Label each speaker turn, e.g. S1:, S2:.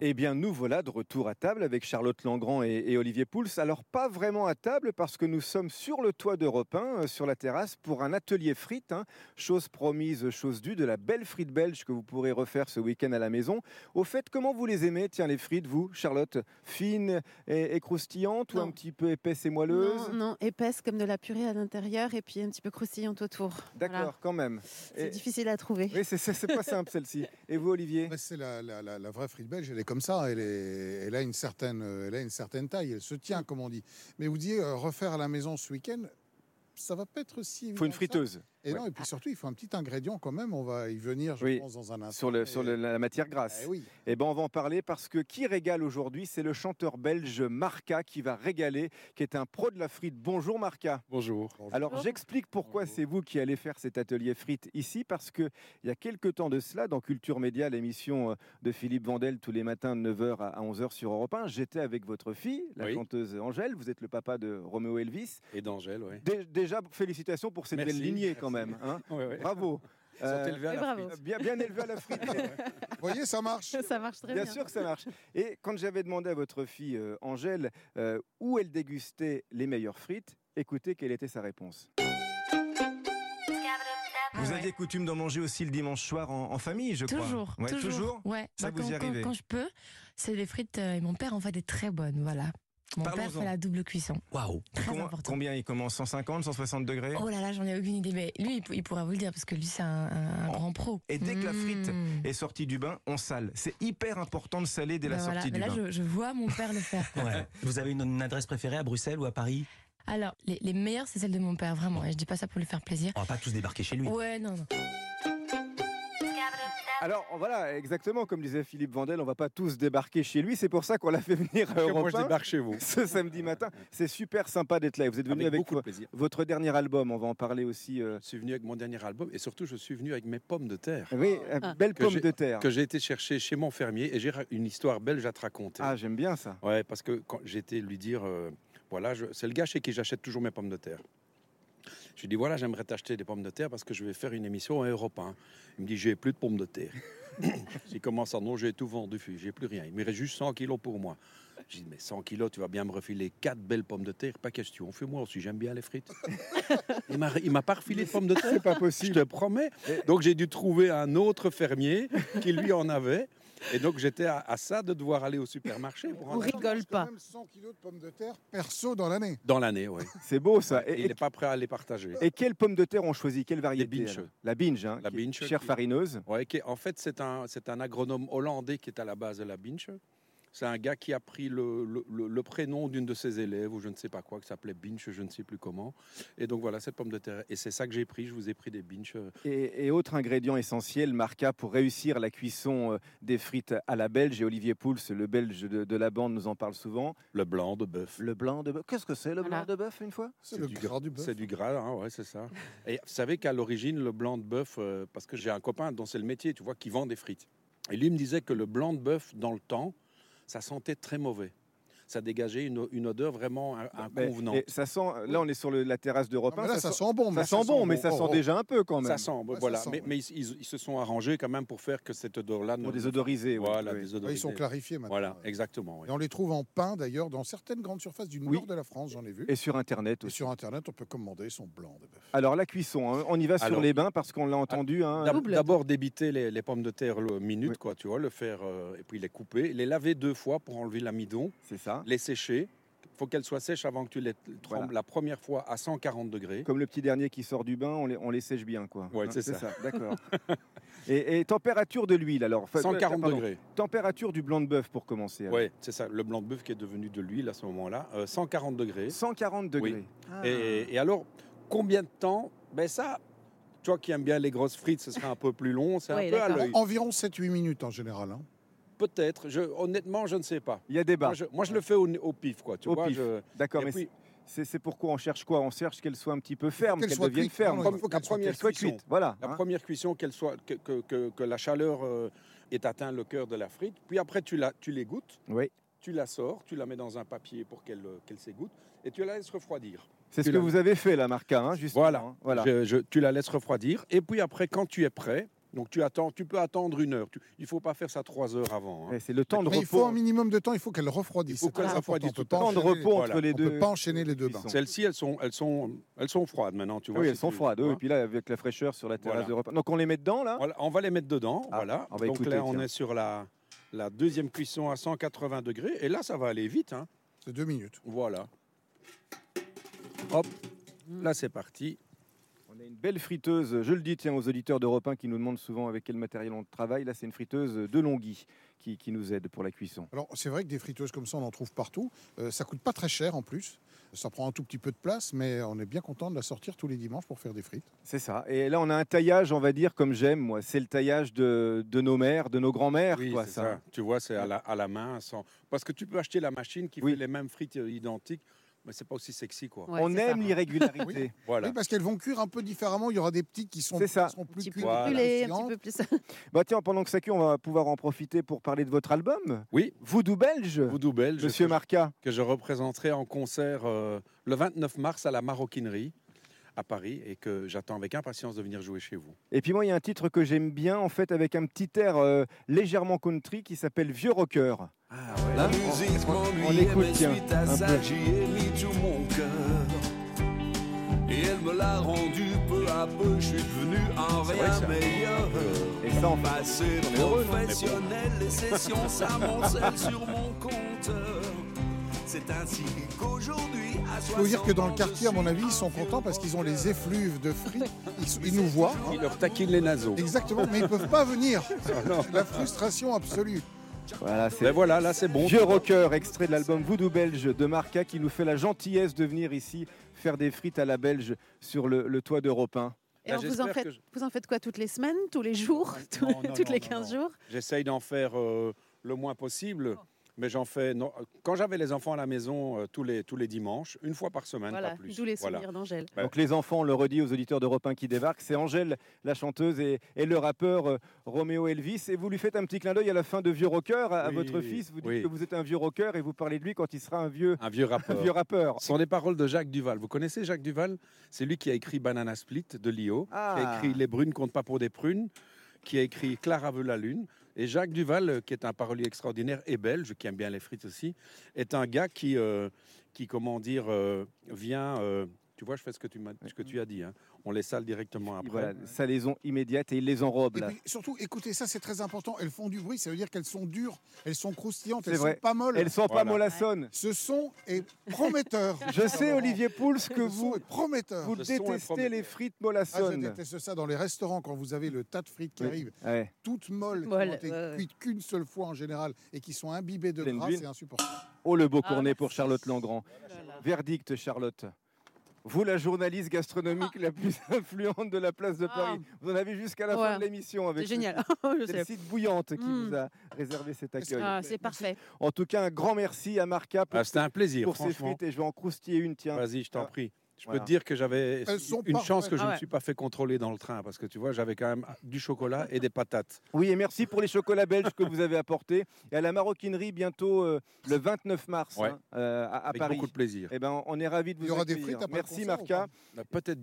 S1: Eh bien, nous voilà de retour à table avec Charlotte Langrand et, et Olivier Pouls. Alors, pas vraiment à table parce que nous sommes sur le toit d'Europe 1, euh, sur la terrasse, pour un atelier frites. hein. Chose promise, chose due, de la belle frite belge que vous pourrez refaire ce week-end à la maison. Au fait, comment vous les aimez, tiens, les frites, vous, Charlotte Fines et, et croustillantes ou
S2: Non.
S1: un petit peu épaisses et moelleuses
S2: Non, non, épaisse comme de la purée à l'intérieur et puis un petit peu croustillante autour.
S1: D'accord,
S2: Voilà.
S1: quand même.
S2: C'est
S1: Et-
S2: difficile à trouver.
S1: Oui, c'est- c'est c'est pas simple celle-ci. Et vous, Olivier
S3: Ouais, c'est la, la- la- la vraie frite belge, elle est comme ça, elle, est- elle a une certaine, euh, elle a une certaine taille, elle se tient, comme on dit. Mais vous disiez, euh, refaire à la maison ce week-end, ça va pas être si
S1: Il
S3: évident.
S1: faut une
S3: que ça.
S1: friteuse
S3: Et
S1: ouais.
S3: non, et puis surtout, il faut un petit ingrédient quand même, on va y venir, je
S1: Oui,
S3: pense, dans un instant.
S1: sur, le, sur le-
S3: Et-
S1: la matière grasse.
S3: Eh oui.
S1: Eh ben, on va en parler parce que qui régale aujourd'hui, c'est le chanteur belge Marca qui va régaler, qui est un pro de la frite. Bonjour Marca.
S4: Bonjour.
S1: Alors j'explique pourquoi
S4: Bonjour.
S1: c'est vous qui allez faire cet atelier frites ici, parce que il y a quelques temps de cela, dans Culture Média, l'émission euh, de Philippe Vandel tous les matins de 9h à 11h sur Europe 1, j'étais avec votre fille, la
S4: Oui.
S1: chanteuse Angèle, vous êtes le papa de Roméo Elvis.
S4: Et d'Angèle, oui.
S1: Dé- déjà, félicitations pour cette
S4: Merci.
S1: belle lignée quand
S4: Merci.
S1: même. hein.
S4: Ouais, ouais.
S1: Bravo.
S4: Ils sont
S1: Euh,
S4: élevés à
S2: Oui,
S4: la
S2: bravo.
S4: frite.
S1: bien, bien élevé à la frite.
S3: Vous voyez, ça marche.
S2: Ça marche très
S1: Bien, sûr que ça marche. Et quand j'avais demandé à votre fille euh, Angèle euh, où elle dégustait les meilleures frites, écoutez quelle était sa réponse.
S5: Ah
S1: Vous aviez coutume d'en manger aussi le dimanche soir en, en famille, je
S5: Toujours,
S1: crois. Ouais,
S5: toujours. Ouais. Bah,
S1: Ça, vous
S5: quand,
S1: y
S5: quand-
S1: arrivez.
S5: quand je peux, c'est des frites euh, et mon père en fait des très bonnes, voilà. Mon père
S1: Parlons-en.
S5: fait la double cuisson.
S4: Waouh.
S5: Très
S1: Combien-
S5: important.
S1: combien il commence 150, 160 degrés
S5: Oh là là, j'en ai aucune idée, mais lui, il, pou- il pourra vous le dire parce que lui, c'est un, un- un
S1: Oh.
S5: grand pro.
S1: Et dès que la frite
S5: Mmh.
S1: est sortie du bain, on sale. C'est hyper important de saler dès
S5: Ben
S1: la
S5: voilà,
S1: sortie
S5: mais là,
S1: du bain.
S5: je, je vois mon père le faire.
S6: Ouais. Vous avez une, une adresse préférée à Bruxelles ou à Paris
S5: Alors, les, les meilleures, c'est celles de mon père, vraiment. Et je dis pas ça pour lui faire plaisir.
S6: On va pas tous débarquer chez lui.
S5: Ouais, non, non.
S1: Alors voilà, exactement comme disait Philippe Vandel, on va pas tous débarquer chez lui. C'est pour ça qu'on l'a fait venir à
S4: Que moi,
S1: Europe
S4: je
S1: 1
S4: débarque chez vous.
S1: ce samedi matin. C'est super sympa d'être là. Et Vous êtes venu
S4: Avec,
S1: avec,
S4: beaucoup de plaisir.
S1: vo- votre dernier album. On va en parler aussi. euh,
S4: Je suis venu avec mon dernier album et surtout, je suis venu avec mes pommes de terre
S1: Oui, euh,
S2: Ah.
S1: belle
S4: Que
S1: pomme
S4: j'ai-
S1: de terre.
S4: que j'ai été chercher chez mon fermier et j'ai ra- une histoire belge à te raconter.
S1: Ah, j'aime bien ça.
S4: Ouais, parce que quand j'étais lui dire, euh, voilà, je- c'est le gars chez qui j'achète toujours mes pommes de terre. Je lui dis, voilà, j'aimerais t'acheter des pommes de terre parce que je vais faire une émission à Europe 1. Il me dit, j'ai plus de pommes de terre. J'ai commencé à non, j'ai tout vendu, fille, j'ai plus rien. Il me reste juste 100 kilos pour moi. J'ai dit, mais 100 kilos, tu vas bien me refiler quatre belles pommes de terre, pas question. Fais-moi aussi, j'aime bien les frites. Il m'a- il m'a pas refilé de pommes de terre. C'est pas possible. Je te promets. Donc j'ai dû trouver un autre fermier qui lui en avait. Et donc j'étais à, à ça de devoir aller au supermarché pour en
S2: On rigole
S3: Parce que
S2: pas.
S3: même 100 kilos de pommes de terre perso dans l'année.
S4: dans l'année, oui.
S1: C'est beau ça.
S4: Et
S1: Et,
S4: il
S1: et,
S4: n'est pas prêt à les partager.
S1: et quelle pomme de terre on choisit Quelle variété
S4: binge.
S1: alors La binge. Hein,
S4: La
S1: qui est
S4: binge
S1: Chère
S4: qui-
S1: farineuse.
S4: Ouais, qui est- en fait, c'est un, c'est un agronome hollandais qui est à la base de la Binche. C'est un gars qui a pris le, le- le- le prénom d'une de ses élèves, ou je ne sais pas quoi, qui s'appelait Binche, je ne sais plus comment. Et donc voilà, cette pomme de terre. Et c'est ça que j'ai pris, je vous ai pris des euh, Binche.
S1: Et, et autre ingrédient essentiel, Marca, pour réussir la cuisson euh, des frites à la belge, et Olivier Pouls, le belge de, de la bande, nous en parle souvent,
S4: Le blanc de bœuf.
S1: le blanc de bœuf. Qu'est-ce que c'est le
S2: Voilà.
S1: blanc de bœuf, une fois
S3: C'est le
S4: du
S3: gras du bœuf.
S4: C'est du gras, hein, ouais, c'est ça. Et vous savez qu'à l'origine, le blanc de bœuf, euh, parce que j'ai un copain dont c'est le métier, tu vois, qui vend des frites. Et lui il me disait que le blanc de bœuf, dans le temps, ça sentait très mauvais. Ça dégageait une, une odeur vraiment in-
S3: Bah,
S1: Ben,
S4: inconvenante.
S1: et ça sent, là on est sur le- la terrasse d'Europe
S3: Non,
S1: 1,
S3: mais là, ça, sent bon.
S1: Ah, ça
S3: mais
S1: sent bon, mais ça
S3: Oh,
S1: sent
S3: oh.
S1: déjà un peu quand même.
S4: Ça sent,
S3: Ouais, ça
S4: voilà.
S3: sent,
S4: mais
S3: ouais.
S4: mais ils, ils- ils se sont arrangés quand même pour faire que cette odeur-là ne.
S1: Pour désodoriser, oui.
S4: voilà,
S1: Oui.
S3: Ouais, Ah,
S4: désodorisée.
S3: Bah, Ils sont clarifiés maintenant.
S4: Voilà,
S3: ouais.
S4: exactement. oui.
S3: Et on les trouve en pain d'ailleurs dans certaines grandes surfaces du
S1: Oui.
S3: nord de la France, j'en ai vu.
S1: Et sur Internet
S3: Et
S1: aussi.
S3: sur Internet, on peut commander son blanc de bœuf.
S1: Alors la cuisson, hein, on y va sur
S4: Alors-
S1: les bains parce qu'on l'a entendu. hein.
S4: D'ab-
S2: double.
S4: D'abord débiter les, les pommes de terre le minute,
S1: Oui.
S4: quoi, tu vois, le faire euh, et puis les couper, les laver deux fois pour enlever l'amidon,
S1: c'est ça.
S4: les sécher. faut qu'elles soient sèches avant que tu les trembles
S1: Voilà.
S4: la première fois à 140 degrés.
S1: Comme le petit dernier qui sort du bain, on les, on les sèche bien, quoi. Hein,
S4: Ouais, c'est ça.
S1: D'accord. et, et température de l'huile, alors. Enfin,
S4: 140
S1: Ah, pardon,
S4: degrés.
S1: Température du blanc de bœuf pour commencer. alors.
S4: Ouais, c'est ça. Le blanc de bœuf qui est devenu de l'huile à ce moment-là, euh, 140 degrés.
S1: 140 degrés. Ah.
S4: Et, et alors, combien de temps Ben ça, toi qui aimes bien les grosses frites, ce serait un peu plus long, c'est
S2: Ouais,
S4: un peu à
S2: d'accord.
S4: l'œil.
S3: Environ 7-8 minutes en général. hein.
S4: Peut-être. Je, honnêtement, je ne sais pas.
S1: Il y a débat.
S4: Moi, je, moi, je le fais au, au pif, quoi. Tu
S1: Bah. Au
S4: vois,
S1: pif.
S4: je-
S1: D'accord,
S4: et
S1: mais
S4: puis,
S1: c'est c'est pourquoi on cherche quoi On cherche qu'elle soit un petit peu ferme,
S3: Qu'elle
S1: qu'elle
S3: soit
S1: devienne
S3: cuite,
S1: ferme.
S3: non,
S4: il faut
S3: qu'elle
S4: qu'à
S3: soit
S4: première
S1: Qu'elle soit
S4: cuisson,
S1: cuite, voilà.
S4: la
S1: hein.
S4: première cuisson, qu'elle soit que, que- que- que la chaleur euh, ait atteint le cœur de la frite. Puis après, tu la, tu l'égouttes.
S1: Oui.
S4: Tu la sors, tu la mets dans un papier pour qu'elle euh, qu'elle s'égoutte, et tu la laisses refroidir.
S1: C'est ce
S4: Tu
S1: que
S4: l'as-
S1: vous avez fait là, Marca, hein, justement.
S4: Voilà.
S1: hein. voilà.
S4: Je- je- tu la laisses refroidir, et puis après, quand tu es prêt, Donc tu attends, tu peux attendre une heure. Tu- il ne faut pas faire ça trois heures avant. hein.
S1: Eh, C'est le temps de
S3: Mais il
S1: repos.
S3: faut un minimum de temps, il faut qu'elle refroidisse.
S4: Il faut
S3: C'est
S4: qu'elle
S3: très important,
S4: refroidisse
S3: on peut
S4: tout
S3: pas
S4: le
S1: temps de
S3: enchaîner les-
S1: repos
S4: voilà,
S1: entre les
S3: On ne
S1: deux.
S3: peut pas enchaîner les deux bains.
S1: cuissons.
S4: Celles-ci, elles sont, elles, sont, elles sont froides maintenant. Tu
S1: Ah
S4: vois,
S1: oui,
S4: si
S1: elles sont
S4: tu-
S1: froides.
S4: tu
S1: oui,
S4: vois.
S1: et puis là, avec la fraîcheur sur la terrasse
S4: Voilà.
S1: de repas. Donc on les met dedans, là
S4: Voilà, on va les mettre dedans.
S1: Ah,
S4: voilà.
S1: ah bah
S4: Donc
S1: écoutez,
S4: là, on
S1: tiens.
S4: est sur la, la deuxième cuisson à 180 degrés. Et là, ça va aller vite. hein.
S3: C'est deux minutes.
S4: Voilà. Hop, là, c'est parti.
S1: On a une belle friteuse, je le dis tiens aux auditeurs d'Europe 1 qui nous demandent souvent avec quel matériel on travaille. Là, c'est une friteuse de Longhi qui, qui nous aide pour la cuisson.
S3: Alors, c'est vrai que des friteuses comme ça, on en trouve partout. Euh, ça coûte pas très cher en plus. Ça prend un tout petit peu de place, mais on est bien content de la sortir tous les dimanches pour faire des frites.
S1: C'est ça. Et là, on a un taillage, on va dire, comme j'aime, moi. C'est le taillage de, de nos mères, de nos grands-mères,
S4: Oui,
S1: quoi,
S4: c'est
S1: ça.
S4: ça. Tu vois, c'est à la, à la main. Sans... Parce que tu peux acheter la machine qui
S1: Oui.
S4: fait les mêmes frites euh, identiques, mais c'est pas aussi sexy, quoi.
S2: Ouais,
S1: on
S2: c'est ça.
S1: aime l'irrégularité.
S4: Voilà.
S3: Oui, parce qu'elles vont cuire un peu différemment. Il y aura des petites qui sont,
S1: C'est ça.
S3: qui seront
S2: Un
S3: plus
S2: petit peu plus
S3: cuites,
S4: Voilà.
S2: lait, un petit
S3: croustillantes.
S2: peu plus.
S1: bah tiens, pendant que ça cuit, on va pouvoir en profiter pour parler de votre album.
S4: Oui.
S1: Voodoo Belge,
S4: Voodoo belge
S1: Monsieur
S4: que,
S1: Marca.
S4: que je représenterai en concert euh, le 29 mars à la Maroquinerie à Paris et que j'attends avec impatience de venir jouer chez vous.
S1: Et puis moi, il y a un titre que j'aime bien, en fait, avec un petit air euh, légèrement country qui s'appelle Vieux Rocker.
S4: Ah
S1: Là,
S7: La musique
S1: on- on- on
S7: m'ennuyait,
S1: l'écoute,
S7: mais
S1: tiens,
S7: suite à
S1: un
S7: ça,
S1: peu.
S7: j'y ai mis tout mon cœur. Et elle me l'a rendu peu à peu, je suis devenu un
S4: C'est vrai que
S7: rien
S4: c'est un-
S7: meilleur.
S1: Et ça, en fait,
S7: Passé
S1: est heureux, non Mais bon.
S7: professionnel, les sessions s'amoncellent sur mon compteur. C'est ainsi qu'aujourd'hui, à
S3: Il faut dire que dans le
S7: 60 ans,
S3: quartier, à
S7: je
S3: mon
S7: suis
S3: avis, ils
S7: un
S3: sont
S7: vieux
S3: contents parce qu'ils ont les
S7: rocker.
S3: effluves de frites. Ils, ils nous voient. hein.
S4: Il leur taquine les naseaux.
S3: Exactement, mais ils ne peuvent pas venir.
S1: Ah
S4: non.
S3: La frustration absolue.
S1: Voilà, c'est
S4: Mais voilà, là c'est bon.
S1: Vieux rocker, extrait de l'album Voodoo Belge de Marca qui nous fait la gentillesse de venir ici faire des frites à la belge sur le, le toit d'Europe 1.
S2: Et
S4: Là,
S2: alors, vous, en
S4: j'espère
S2: faites,
S4: que je-
S2: vous en faites quoi Toutes les semaines Tous les jours tous-
S4: Non, non,
S2: Toutes les
S4: non,
S2: 15
S4: non.
S2: jours
S4: J'essaye d'en faire euh, le moins possible,
S2: Oh.
S4: mais j'en fais. non, Quand j'avais les enfants à la maison euh, tous, les, tous les dimanches, une fois par semaine,
S2: Voilà,
S4: pas plus.
S2: d'où les
S4: Voilà.
S2: souvenirs d'Angèle.
S4: Ouais.
S1: Donc les enfants, on le redit aux auditeurs d'Europe 1 qui débarquent, c'est Angèle, la chanteuse, et, et le rappeur euh, Roméo Elvis. Et vous lui faites un petit clin d'œil à la fin de Vieux rocker à, à
S4: Oui,
S1: votre fils. Vous dites
S4: oui.
S1: que vous êtes un vieux rocker et vous parlez de lui quand il sera un vieux,
S4: Un vieux
S1: un
S4: rappeur.
S1: vieux rappeur.
S4: Ce sont des paroles de Jacques Duval. Vous connaissez Jacques Duval C'est lui qui a écrit Banana Split de Lio, qui a
S1: Ah.
S4: écrit Les brunes comptent pas pour des prunes, qui a écrit Clara veut la lune. Et Jacques Duval, euh, qui est un parolier extraordinaire et belge, qui aime bien les frites aussi, est un gars qui, euh, qui comment dire, euh, vient. euh, tu vois, je fais ce que tu, m'as- ce que tu as dit. hein. On les sale directement après.
S1: Ah, Voilà, salaison immédiate et il les enrobe
S3: Et
S1: là.
S3: puis, surtout, écoutez, ça c'est très important. Elles font du bruit, ça veut dire qu'elles sont dures, elles sont croustillantes,
S1: C'est
S3: elles
S1: vrai.
S3: sont pas molles.
S1: Elles sont pas
S4: Voilà.
S1: mollassonnes.
S3: Ce son est prometteur.
S1: Je sais, Olivier Pouls, que
S3: Ce son
S1: vous,
S3: est prometteur.
S1: vous
S4: Le son est
S1: détestez
S4: prometteur.
S1: les frites
S3: Ah, je
S1: mollassonnes.
S3: déteste ça dans les restaurants quand vous avez le tas de frites qui
S1: Oui.
S3: arrivent,
S1: Ouais.
S3: toutes molles, qui
S2: Molles,
S3: n'ont été
S2: ouais, ouais.
S3: cuites qu'une seule fois en général et qui sont imbibées de
S1: Pleine
S3: gras,
S1: d'huile.
S3: c'est insupportable.
S1: Oh, le beau
S2: Ah,
S1: cornet
S2: merci. Oh
S1: pour Charlotte Langrand. Verdict, Charlotte. Vous, la journaliste
S2: Ah.
S1: gastronomique la plus influente de la place de Paris. Vous en avez jusqu'à la fin
S2: Voilà.
S1: de l'émission avec
S2: Ah. C'est génial.
S1: C'est
S2: Je sais.
S1: le site bouillante qui
S2: Mm.
S1: vous a réservé cet accueil.
S2: Ah, c'est parfait.
S1: En tout cas, un grand merci à Marca pour,
S4: Ah, C'était un plaisir,
S1: pour ses
S4: franchement.
S1: frites. Et je vais en croustiller une, tiens.
S4: Vas-y, je t'en
S1: Ah,
S4: prie. Je
S1: voilà.
S4: peux te dire que j'avais
S3: Elles sont
S4: une chance
S3: parfaites.
S4: que je
S2: Ah
S4: ne me
S2: ouais.
S4: suis pas fait contrôler dans le train parce que tu vois, j'avais quand même du chocolat et des patates.
S1: Oui, et merci pour les chocolats belges que vous avez apportés. Et à la maroquinerie, bientôt euh, le 29 mars
S4: Ouais.
S1: hein, euh, à, à
S4: avec
S1: Paris.
S4: beaucoup de plaisir.
S1: Eh ben, on est ravis de vous
S3: Il y aura des
S1: accueillir.
S3: frites après le
S1: Merci
S3: concert ou
S1: Marca.
S3: pas
S4: Peut-être